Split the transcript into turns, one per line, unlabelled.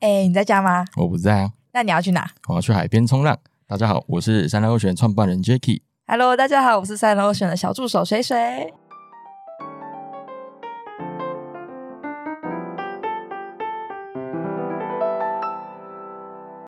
哎，你在家吗？
我不在啊，
那你要去哪
我要去海边冲浪。大家好，我是三浪二选创办人 Jacky。
？Hello，大家好，我是三楼选的小助手水水。